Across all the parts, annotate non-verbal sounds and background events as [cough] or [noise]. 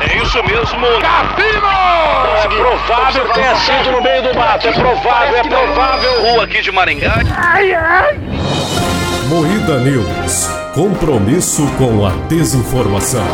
É Isso mesmo. Cassino! É provável que tenha sido no meio do mato. É provável, é provável. Rua aqui de Maringá. Moída News. Compromisso com a desinformação.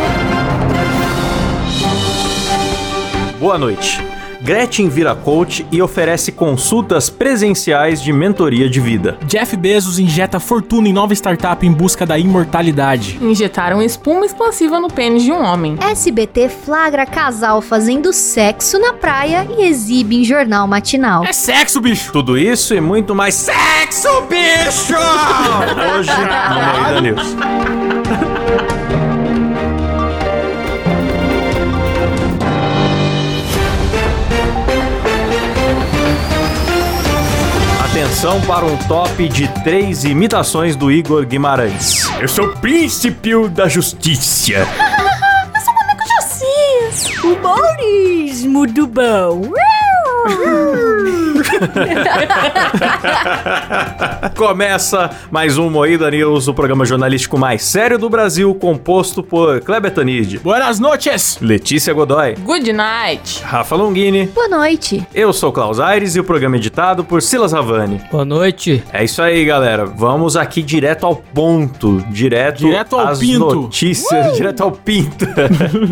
Boa noite. Gretchen vira coach e oferece consultas presenciais de mentoria de vida. Jeff Bezos injeta fortuna em nova startup em busca da imortalidade. Injetaram espuma expansiva no pênis de um homem. SBT flagra casal fazendo sexo na praia e exibe em jornal matinal. É sexo, bicho! Tudo isso e muito mais sexo, bicho! Hoje no Moída News. Atenção para um top de três imitações do Igor Guimarães. Eu sou o príncipe da justiça. Humorismo do bom. Começa mais um Moída News, o programa jornalístico mais sério do Brasil, composto por Kleber Tanid, Buenas noches! Letícia Godoy, Good night. Rafa Longini, Boa noite. eu sou Klaus Aires e o programa é editado por Silas Havani. Boa noite. É isso aí, galera. Vamos aqui direto ao ponto, direto, Direto ao às pinto. notícias, direto ao pinto.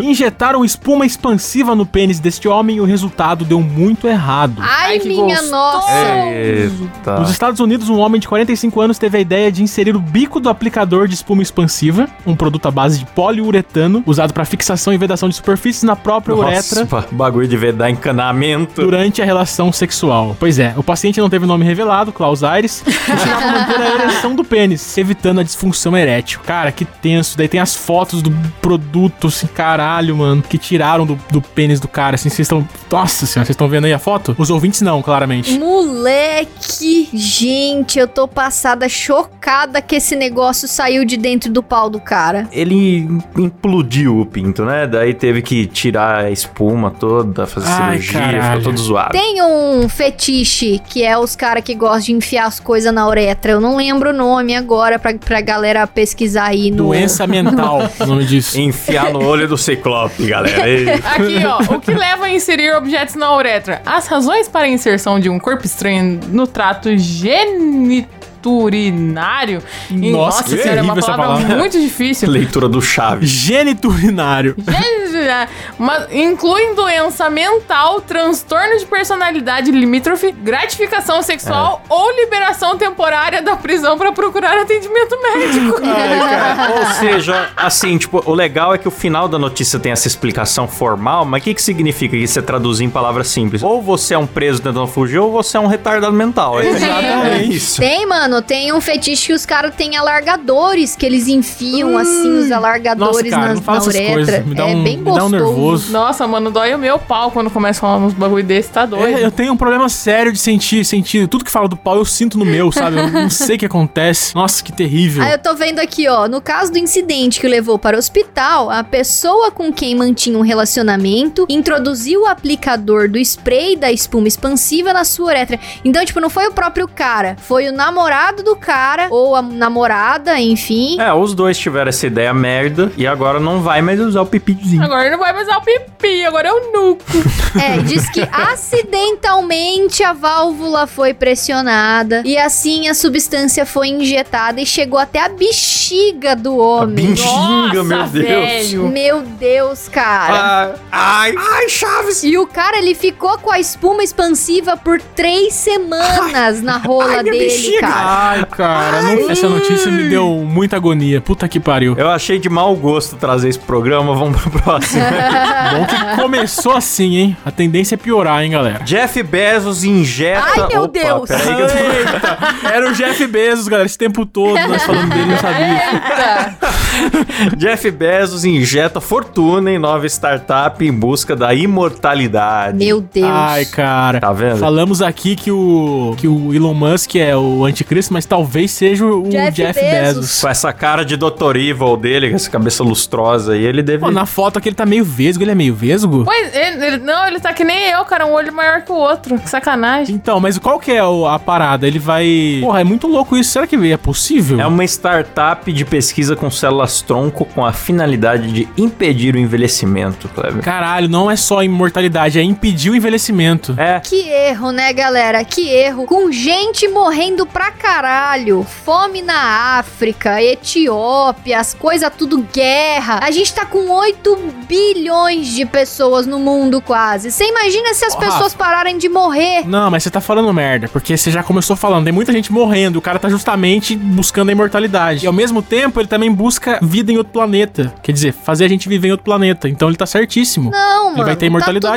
Injetaram espuma expansiva no pênis deste homem e o resultado deu muito errado. Ai, Ai, que minha gostoso. nossa. Eita. Nos Estados Unidos, um homem de 45 anos teve a ideia de inserir o bico do aplicador de espuma expansiva, um produto à base de poliuretano, usado para fixação e vedação de superfícies na própria uretra Nossa, bagulho de vedar encanamento. durante a relação sexual. Pois é, o paciente não teve o nome revelado, Klaus Aires, precisava manter a ereção do pênis, evitando a disfunção erétil. Cara, que tenso. Daí tem as fotos do produto, assim, caralho, mano, que tiraram do, do pênis do cara, assim, vocês estão... Nossa senhora, vocês estão vendo aí a foto? Os ouvintes não, É. claramente. Moleque! Gente, eu tô passada chocada que esse negócio saiu de dentro do pau do cara. Ele implodiu o pinto, né? Daí teve que tirar a espuma toda, fazer Ai, cirurgia, caralho. ficou todo zoado. Tem um fetiche que é os caras que gostam de enfiar as coisas na uretra. Eu não lembro o nome agora pra, pra galera pesquisar aí no. Doença mental, o nome disso. Enfiar no olho do ciclope, galera. Ei. Aqui, ó. O que leva a inserir objetos na uretra? As razões para a inserção de um corpo estranho no trato geniturinário. E, Nossa, que senhora, é uma terrível essa palavra, palavra. muito difícil. Leitura do Chaves. Geniturinário. Mas incluem doença mental, transtorno de personalidade limítrofe, gratificação sexual É. ou liberação temporária da prisão para procurar atendimento [laughs] médico. Ou seja, assim, tipo, o legal é que o final da notícia tem essa explicação formal, mas o que, que significa que você traduzir em palavras simples? Ou você é um preso tentando fugir, ou você é um retardado mental. É, é isso. Tem, mano, tem um fetiche que os caras têm alargadores, que eles enfiam assim os Hum. Nossa, alargadores cara, nas- não fala na essas uretra. coisas. Me dá, é um, bem me dá gostoso. um nervoso. Nossa, mano, dói o meu pau quando começa a falar uns bagulho desse, tá doido. É, eu tenho um problema sério de sentir, sentir. Tudo que fala do pau eu sinto no meu, sabe? Eu não sei o que acontece. Nossa, que terrível. Ah, eu tô vendo aqui, ó. No caso do incidente que o levou para o hospital, a pessoa com quem mantinha um relacionamento introduziu o aplicador do spray da espuma expansiva na sua uretra. Então, tipo, não foi o próprio cara, foi o namorado do cara ou a namorada, enfim. É, os dois tiveram essa ideia merda e agora não vai mais usar o pipizinho. Agora não vai mais usar o pipi, agora é o nuco. É, diz que acidentalmente a válvula foi pressionada e assim a substância foi injetada e chegou até a bexiga do homem. Binginga, meu Deus. velho. Meu Deus, cara. Ah, ai, ai, Chaves! E o cara, ele ficou com a espuma expansiva por três semanas na rola dele, cara. Ai, cara, não- essa notícia me deu muita agonia. Puta que pariu. Eu achei de mau gosto trazer esse programa, [laughs] vamos pro próximo. Bom que começou assim, hein? A tendência é piorar, hein, galera. Jeff Bezos injeta. Ai, meu Opa, Deus. peraí que eu tô- [laughs] Era o Jeff Bezos, galera. Esse tempo todo nós falando dele, não sabia. Eita. Jeff Bezos injeta fortuna em nova startup em busca da imortalidade. Meu Deus. Ai, cara. Tá vendo? Falamos aqui que o, que o Elon Musk é o anticristo, mas talvez seja o Jeff Jeff, Bezos. Bezos. Com essa cara de Dr. Evil dele, com essa cabeça lustrosa aí, ele deve. Pô, na foto aquele tá meio vesgo, ele é meio vesgo? Pois, ele, ele- não, ele tá que nem eu, cara. Um olho maior que o outro. Que sacanagem. Então, mas qual que é o- a parada? Ele vai. Porra, é muito louco isso. Será que é possível? É uma startup de pesquisa com células tronco com a finalidade de impedir o envelhecimento, Kleber. Caralho, não é só imortalidade, é impedir o envelhecimento. É. Que erro, né, galera? Que erro. Com gente morrendo pra caralho. Fome na África, Etiópia, as coisas tudo guerra. A gente tá com 8 bilhões de pessoas no mundo quase. Você imagina se as Ô, pessoas pararem de morrer? Não, mas você tá falando merda, porque você já começou falando, tem muita gente morrendo, o cara tá justamente buscando a imortalidade. E ao mesmo tempo, ele também busca vida em outro planeta. Quer dizer, fazer a gente viver em outro planeta. Então ele [laughs] tá certíssimo. Não, mano. Ele vai ter imortalidade,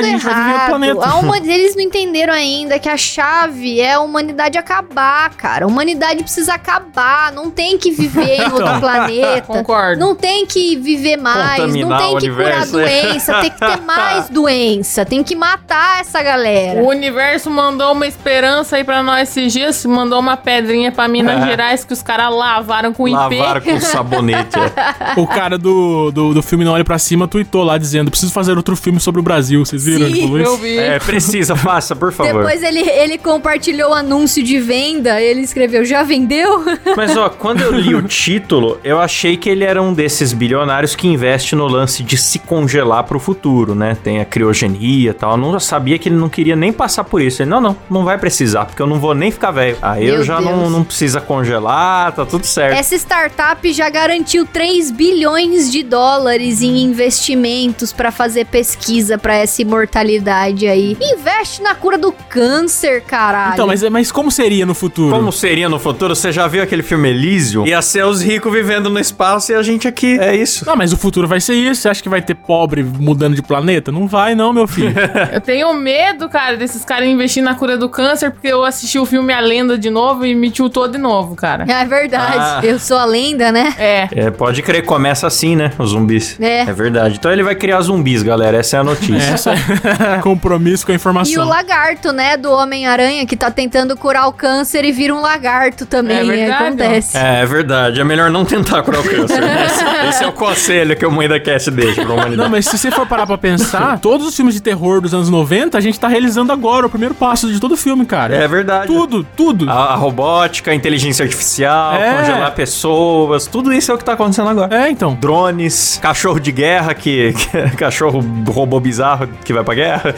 tá a tudo gente vai viver em outro errado. planeta. A huma- Eles não entenderam ainda que a chave é a humanidade acabar, cara. A humanidade precisa acabar. Não tem que viver Então. em [laughs] outro planeta. Concordo. Não tem que viver mais, Contaminar não tem o que curar universo, é. doença, tem que ter [laughs] mais doença, tem que matar essa galera. O universo mandou uma esperança aí pra nós esses dias, mandou uma pedrinha pra Minas [laughs] É. Gerais que os caras lavaram com Lavaram IP. com sabonete. é. O cara do, do, do filme Não Olhe Pra Cima tweetou lá dizendo: preciso fazer outro filme sobre o Brasil. Vocês viram? ele falou Eu isso? [laughs] vi. É, precisa, faça, por favor. Depois ele, ele compartilhou o anúncio de venda, ele escreveu, já vendeu? Mas ó, quando eu li [laughs] o título, eu achei que ele era um desses bilionários que investe no lance de se congelar pro futuro, né? Tem a criogenia e tal. Eu não sabia que ele não queria nem passar por isso. Ele, não, não, não vai precisar, porque eu não vou nem ficar velho. Aí eu Meu já Deus. não, não precisa congelar, tá tudo certo. Essa startup já garantiu 3 bilhões de dólares em investimentos pra fazer pesquisa pra essa imortalidade aí. Investe na cura do câncer, caralho. Então, mas, mas como seria no futuro? Como seria no futuro? Você já viu aquele filme Elísio? Ia ser os ricos vivendo no espaço e a gente aqui. É isso. Não, mas o futuro vai ser isso. Você acha que vai ter pobre mudando de planeta? Não vai, não, meu filho. Eu tenho medo, cara, desses caras investir na cura do câncer, porque eu assisti o filme A Lenda de novo e me tiltou de novo, cara. É verdade, Ah. eu sou a lenda, né? É. É, pode crer, começa assim, né? Os zumbis. É. É verdade. Então ele vai criar zumbis, galera. Essa é a notícia. Essa é [laughs] compromisso com a informação. E o lagarto, né, do Homem-Aranha, que tá tentando curar o câncer e vira um lagarto também, É né? verdade, Acontece. É, é verdade. É melhor não tentar curar o câncer. [laughs] né? Esse, esse é o conselho que o Mãe da Cast deixa pra Não, humanidade. mas se você for parar pra [laughs] pensar, todos os filmes de terror dos anos 90, a gente tá realizando agora o primeiro passo de todo filme, cara. É verdade. Ah. Tudo, tudo. A, a robótica, a inteligência artificial, É. congelar pessoas, tudo isso é o que tá acontecendo agora. É, então. Drones, cachorro de guerra, que, que- [laughs] cachorro robô bizarro que vai pra [laughs] guerra.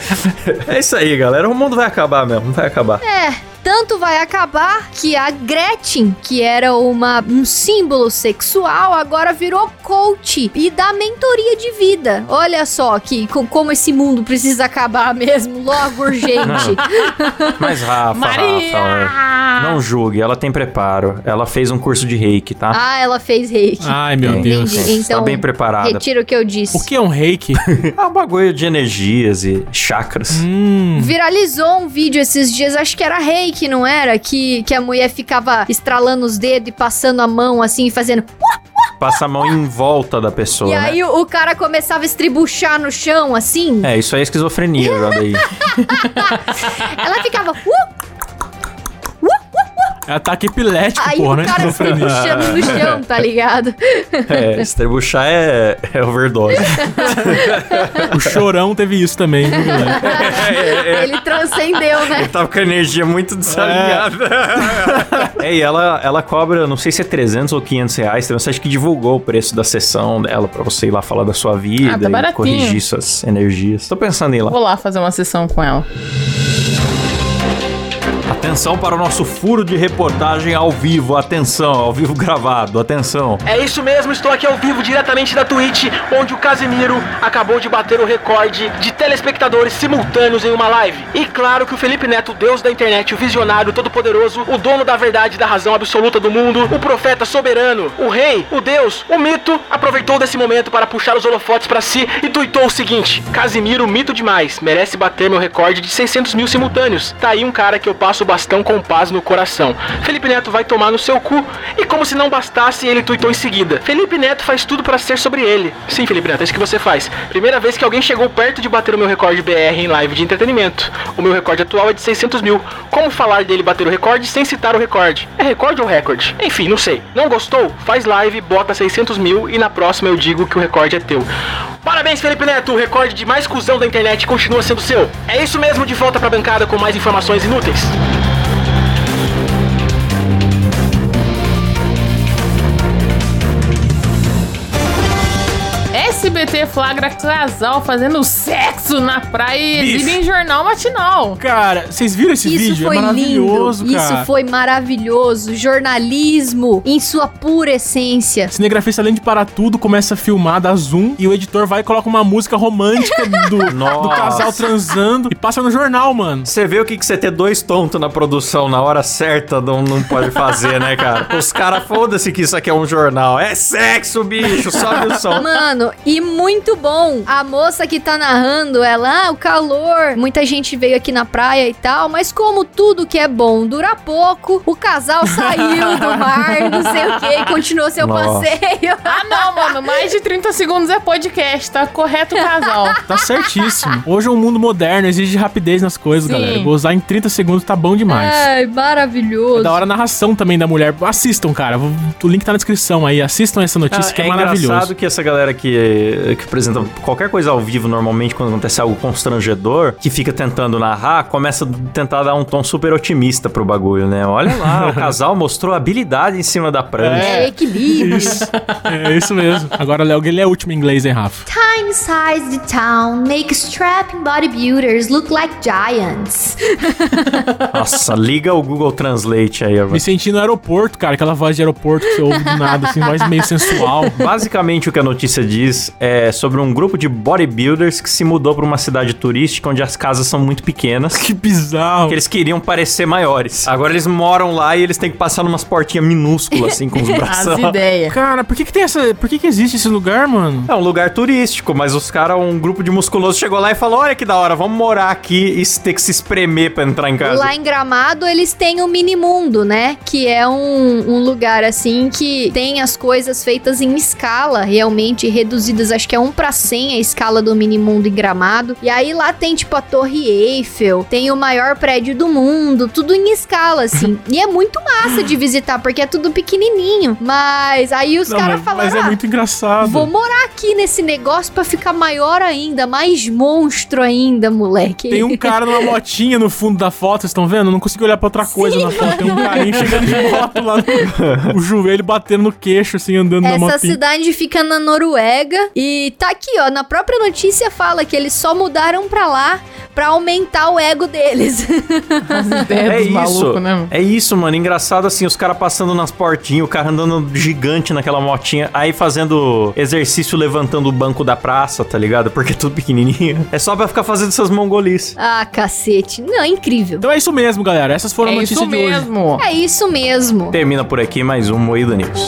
É isso aí, galera. O mundo vai acabar mesmo, vai acabar. É. É, Tanto vai acabar que a Gretchen, que era uma, um símbolo sexual, agora virou coach e dá mentoria de vida. Olha só que co- como esse mundo precisa acabar mesmo, logo urgente. Mas Rafa, Maria! Rafa, é. não julgue, ela tem preparo. Ela fez um curso de reiki, tá? ah, ela fez reiki. Ai, meu Entendi. Deus. Entendi. Então, tá bem preparada. Retiro o que eu disse. O que é [laughs] um reiki? É um bagulho de energias e chakras. hum. Viralizou um vídeo esses dias, acho que era reiki, não era? Que, que a mulher ficava estralando os dedos e passando a mão assim, e fazendo. Passa a mão em volta da pessoa. e né? aí o, o cara começava a estribuchar no chão, assim. É, isso aí é esquizofrenia já daí. Ela ficava. "Uh, É ataque epilético, Aí porra, o né? [laughs] cara se puxando no chão, tá ligado? é, estrebuchar é, é overdose. O chorão teve isso também, viu, [laughs] moleque? é, Ele transcendeu, né? Tava com a energia muito desalinhada. [laughs] É, e ela, ela cobra, não sei se é 300 ou 500 reais. Tem um site que divulgou o preço da sessão dela pra você ir lá falar da sua Ah, vida tá e baratinho. corrigir suas energias. Tô pensando em ir lá. Vou lá fazer uma sessão com ela. Atenção para o nosso furo de reportagem ao vivo. Atenção, ao vivo gravado. Atenção. É isso mesmo, estou aqui ao vivo diretamente da Twitch, onde o Casimiro acabou de bater o recorde de telespectadores simultâneos em uma live. E claro que o Felipe Neto, o deus da internet, o visionário todo-poderoso, o dono da verdade, e da razão absoluta do mundo, o profeta soberano, o rei, o deus, o mito, aproveitou desse momento para puxar os holofotes para si e tuitou o seguinte: Casimiro, mito demais, merece bater meu recorde de 600 mil simultâneos. Tá aí um cara que eu passo o bastão com paz no coração. Felipe Neto vai tomar no seu cu. E como se não bastasse, ele tuitou em seguida. Felipe Neto faz tudo pra ser sobre ele. Sim, Felipe Neto, é isso que você faz. Primeira vez que alguém chegou perto de bater o meu recorde BR em live de entretenimento. O meu recorde atual é de 600 mil. Como falar dele bater o recorde sem citar o recorde? É recorde ou recorde? Enfim, não sei. Não gostou? Faz live, bota 600 mil e na próxima eu digo que o recorde é teu. Parabéns, Felipe Neto. O recorde de mais cuzão da internet continua sendo seu. É isso mesmo, de volta pra bancada com mais informações inúteis. SBT flagra casal fazendo sexo na praia e exibe em jornal matinal. É, Cara, vocês viram esse Isso vídeo? foi é lindo. maravilhoso, cara. Isso foi maravilhoso. Jornalismo em sua pura essência. Cinegrafista, além de parar tudo, começa a filmar, dá zoom, e o editor vai e coloca uma música romântica do, [laughs] do Nossa. casal transando e passa no jornal, mano. Você vê o que, que você ter dois tontos na produção na hora certa não, não pode fazer, né, cara? Os caras, foda-se que isso aqui é um jornal. É sexo, bicho, sobe o som. Mano, e muito bom. A moça que tá narrando, ela, ah, o calor. Muita gente veio aqui na praia e tal, mas como tudo que é bom dura pouco, o casal saiu [laughs] do mar, não sei o que, e continuou seu Nossa. passeio. [laughs] Ah, não, mano. Mais de 30 segundos é podcast, tá [laughs] correto, casal. [laughs] Tá certíssimo. Hoje é um mundo moderno, exige rapidez nas coisas, Sim. galera. Gozar em 30 segundos tá bom demais. Ai, maravilhoso. É da hora a narração também da mulher. Assistam, cara. Vou- O link tá na descrição aí. Assistam essa notícia que é, maravilhoso. engraçado que essa galera que, que apresenta qualquer coisa ao vivo, normalmente, quando acontece algo constrangedor, que fica tentando narrar, começa a tentar dar um tom super otimista pro bagulho, né? Olha [laughs] lá, o casal mostrou habilidade em cima da prancha. É equilíbrio. Isso. É isso mesmo. Agora, Léo, ele é último em inglês, hein, Rafa? Tá Time size the town, make strapping bodybuilders look like giants. Nossa, liga o Google Translate aí, agora. Me senti no aeroporto, cara. Aquela voz de aeroporto que você ouve do nada, assim, voz meio sensual. Basicamente, o que a notícia diz é sobre um grupo de bodybuilders que se mudou para uma cidade turística onde as casas são muito pequenas. [laughs] Que bizarro. Que eles queriam parecer maiores. Agora eles moram lá e eles têm que passar numas portinhas minúsculas, assim, com os [laughs] As braços. ideias. Cara, por que que tem essa... Por que que existe esse lugar, mano? É um lugar turístico, mas os caras, um grupo de musculoso chegou lá e falou: Olha que da hora, vamos morar aqui e ter que se espremer pra entrar em casa. Lá em Gramado, eles têm o Minimundo, né? Que é um, um lugar, assim, que tem as coisas feitas em escala, realmente reduzidas. Acho que é 1 pra 100 a escala do Minimundo em Gramado. E aí lá tem, tipo, a Torre Eiffel, tem o maior prédio do mundo, tudo em escala, [laughs] assim. e é muito massa de visitar, porque é tudo pequenininho. Mas aí os Não, caras mas, mas falaram... é "Ah, muito engraçado. Vou morar aqui nesse negócio pra ficar maior ainda, mais monstro ainda, moleque. Tem um cara numa motinha no fundo da foto, vocês estão vendo? Eu não consegui olhar pra outra coisa na foto. Tem um carinho chegando de moto lá, no, o joelho batendo no queixo, assim, andando na Essa motinha. cidade fica na Noruega e tá aqui, ó, na própria notícia fala que eles só mudaram pra lá pra aumentar o ego deles. [laughs] As ideias É dos isso. malucos, né? mano? É isso, mano. Engraçado assim, os caras passando nas portinhas, o cara andando gigante naquela motinha, aí fazendo exercício levantando o banco da praça, tá ligado? Porque é tudo pequenininho. É só pra ficar fazendo essas mongolices. ah, cacete. Não, é incrível. Então é isso mesmo, galera. Essas foram É as notícias isso de hoje. mesmo. É isso mesmo. Termina por aqui mais um Moída News.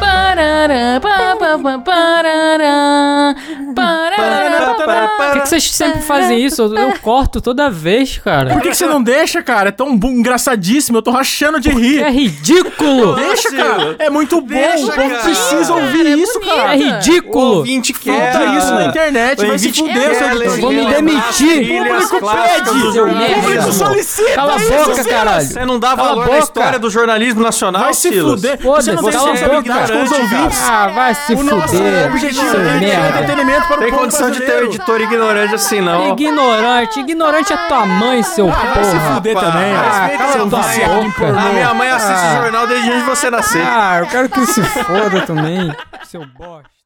Parará, pá, pá, pá, parará, parará, pá, pá. Por que, que vocês sempre fazem isso? Eu, eu corto toda vez, cara. Por que, que você não deixa, cara? É tão bom, engraçadíssimo. Eu tô rachando de É rir. ridículo! Deixa, cara. É muito bom. Deixa, o povo cara. precisa ouvir Cara, é isso, bonito. cara. É É ridículo! ouvinte é Falta isso na internet. Vai se fuder, seu editor. Vou me demitir. Público pede. do jornalismo. O público solicita. Cala a isso, boca, Silas. caralho! Você não dá Cala a valor na boca. história do jornalismo nacional, Vai se Silas? fuder. Você Foda-se, não tem cala a responsabilidade com os boca, cara. ouvintes. Ah, vai se O nosso fuder! objetivo seu é criar merda. entretenimento para o Tem povo condição de ter um brasileiro. editor ignorante assim, não. Ignorante! Ignorante é tua mãe, seu Ah, vai se porra! fuder Rapaz, também. tá Ah, respeita cala seu tua viciado em boca. pornô. A minha mãe assiste Ah. o jornal desde antes de você nascer. Ah, eu quero que se foda também, seu bosta!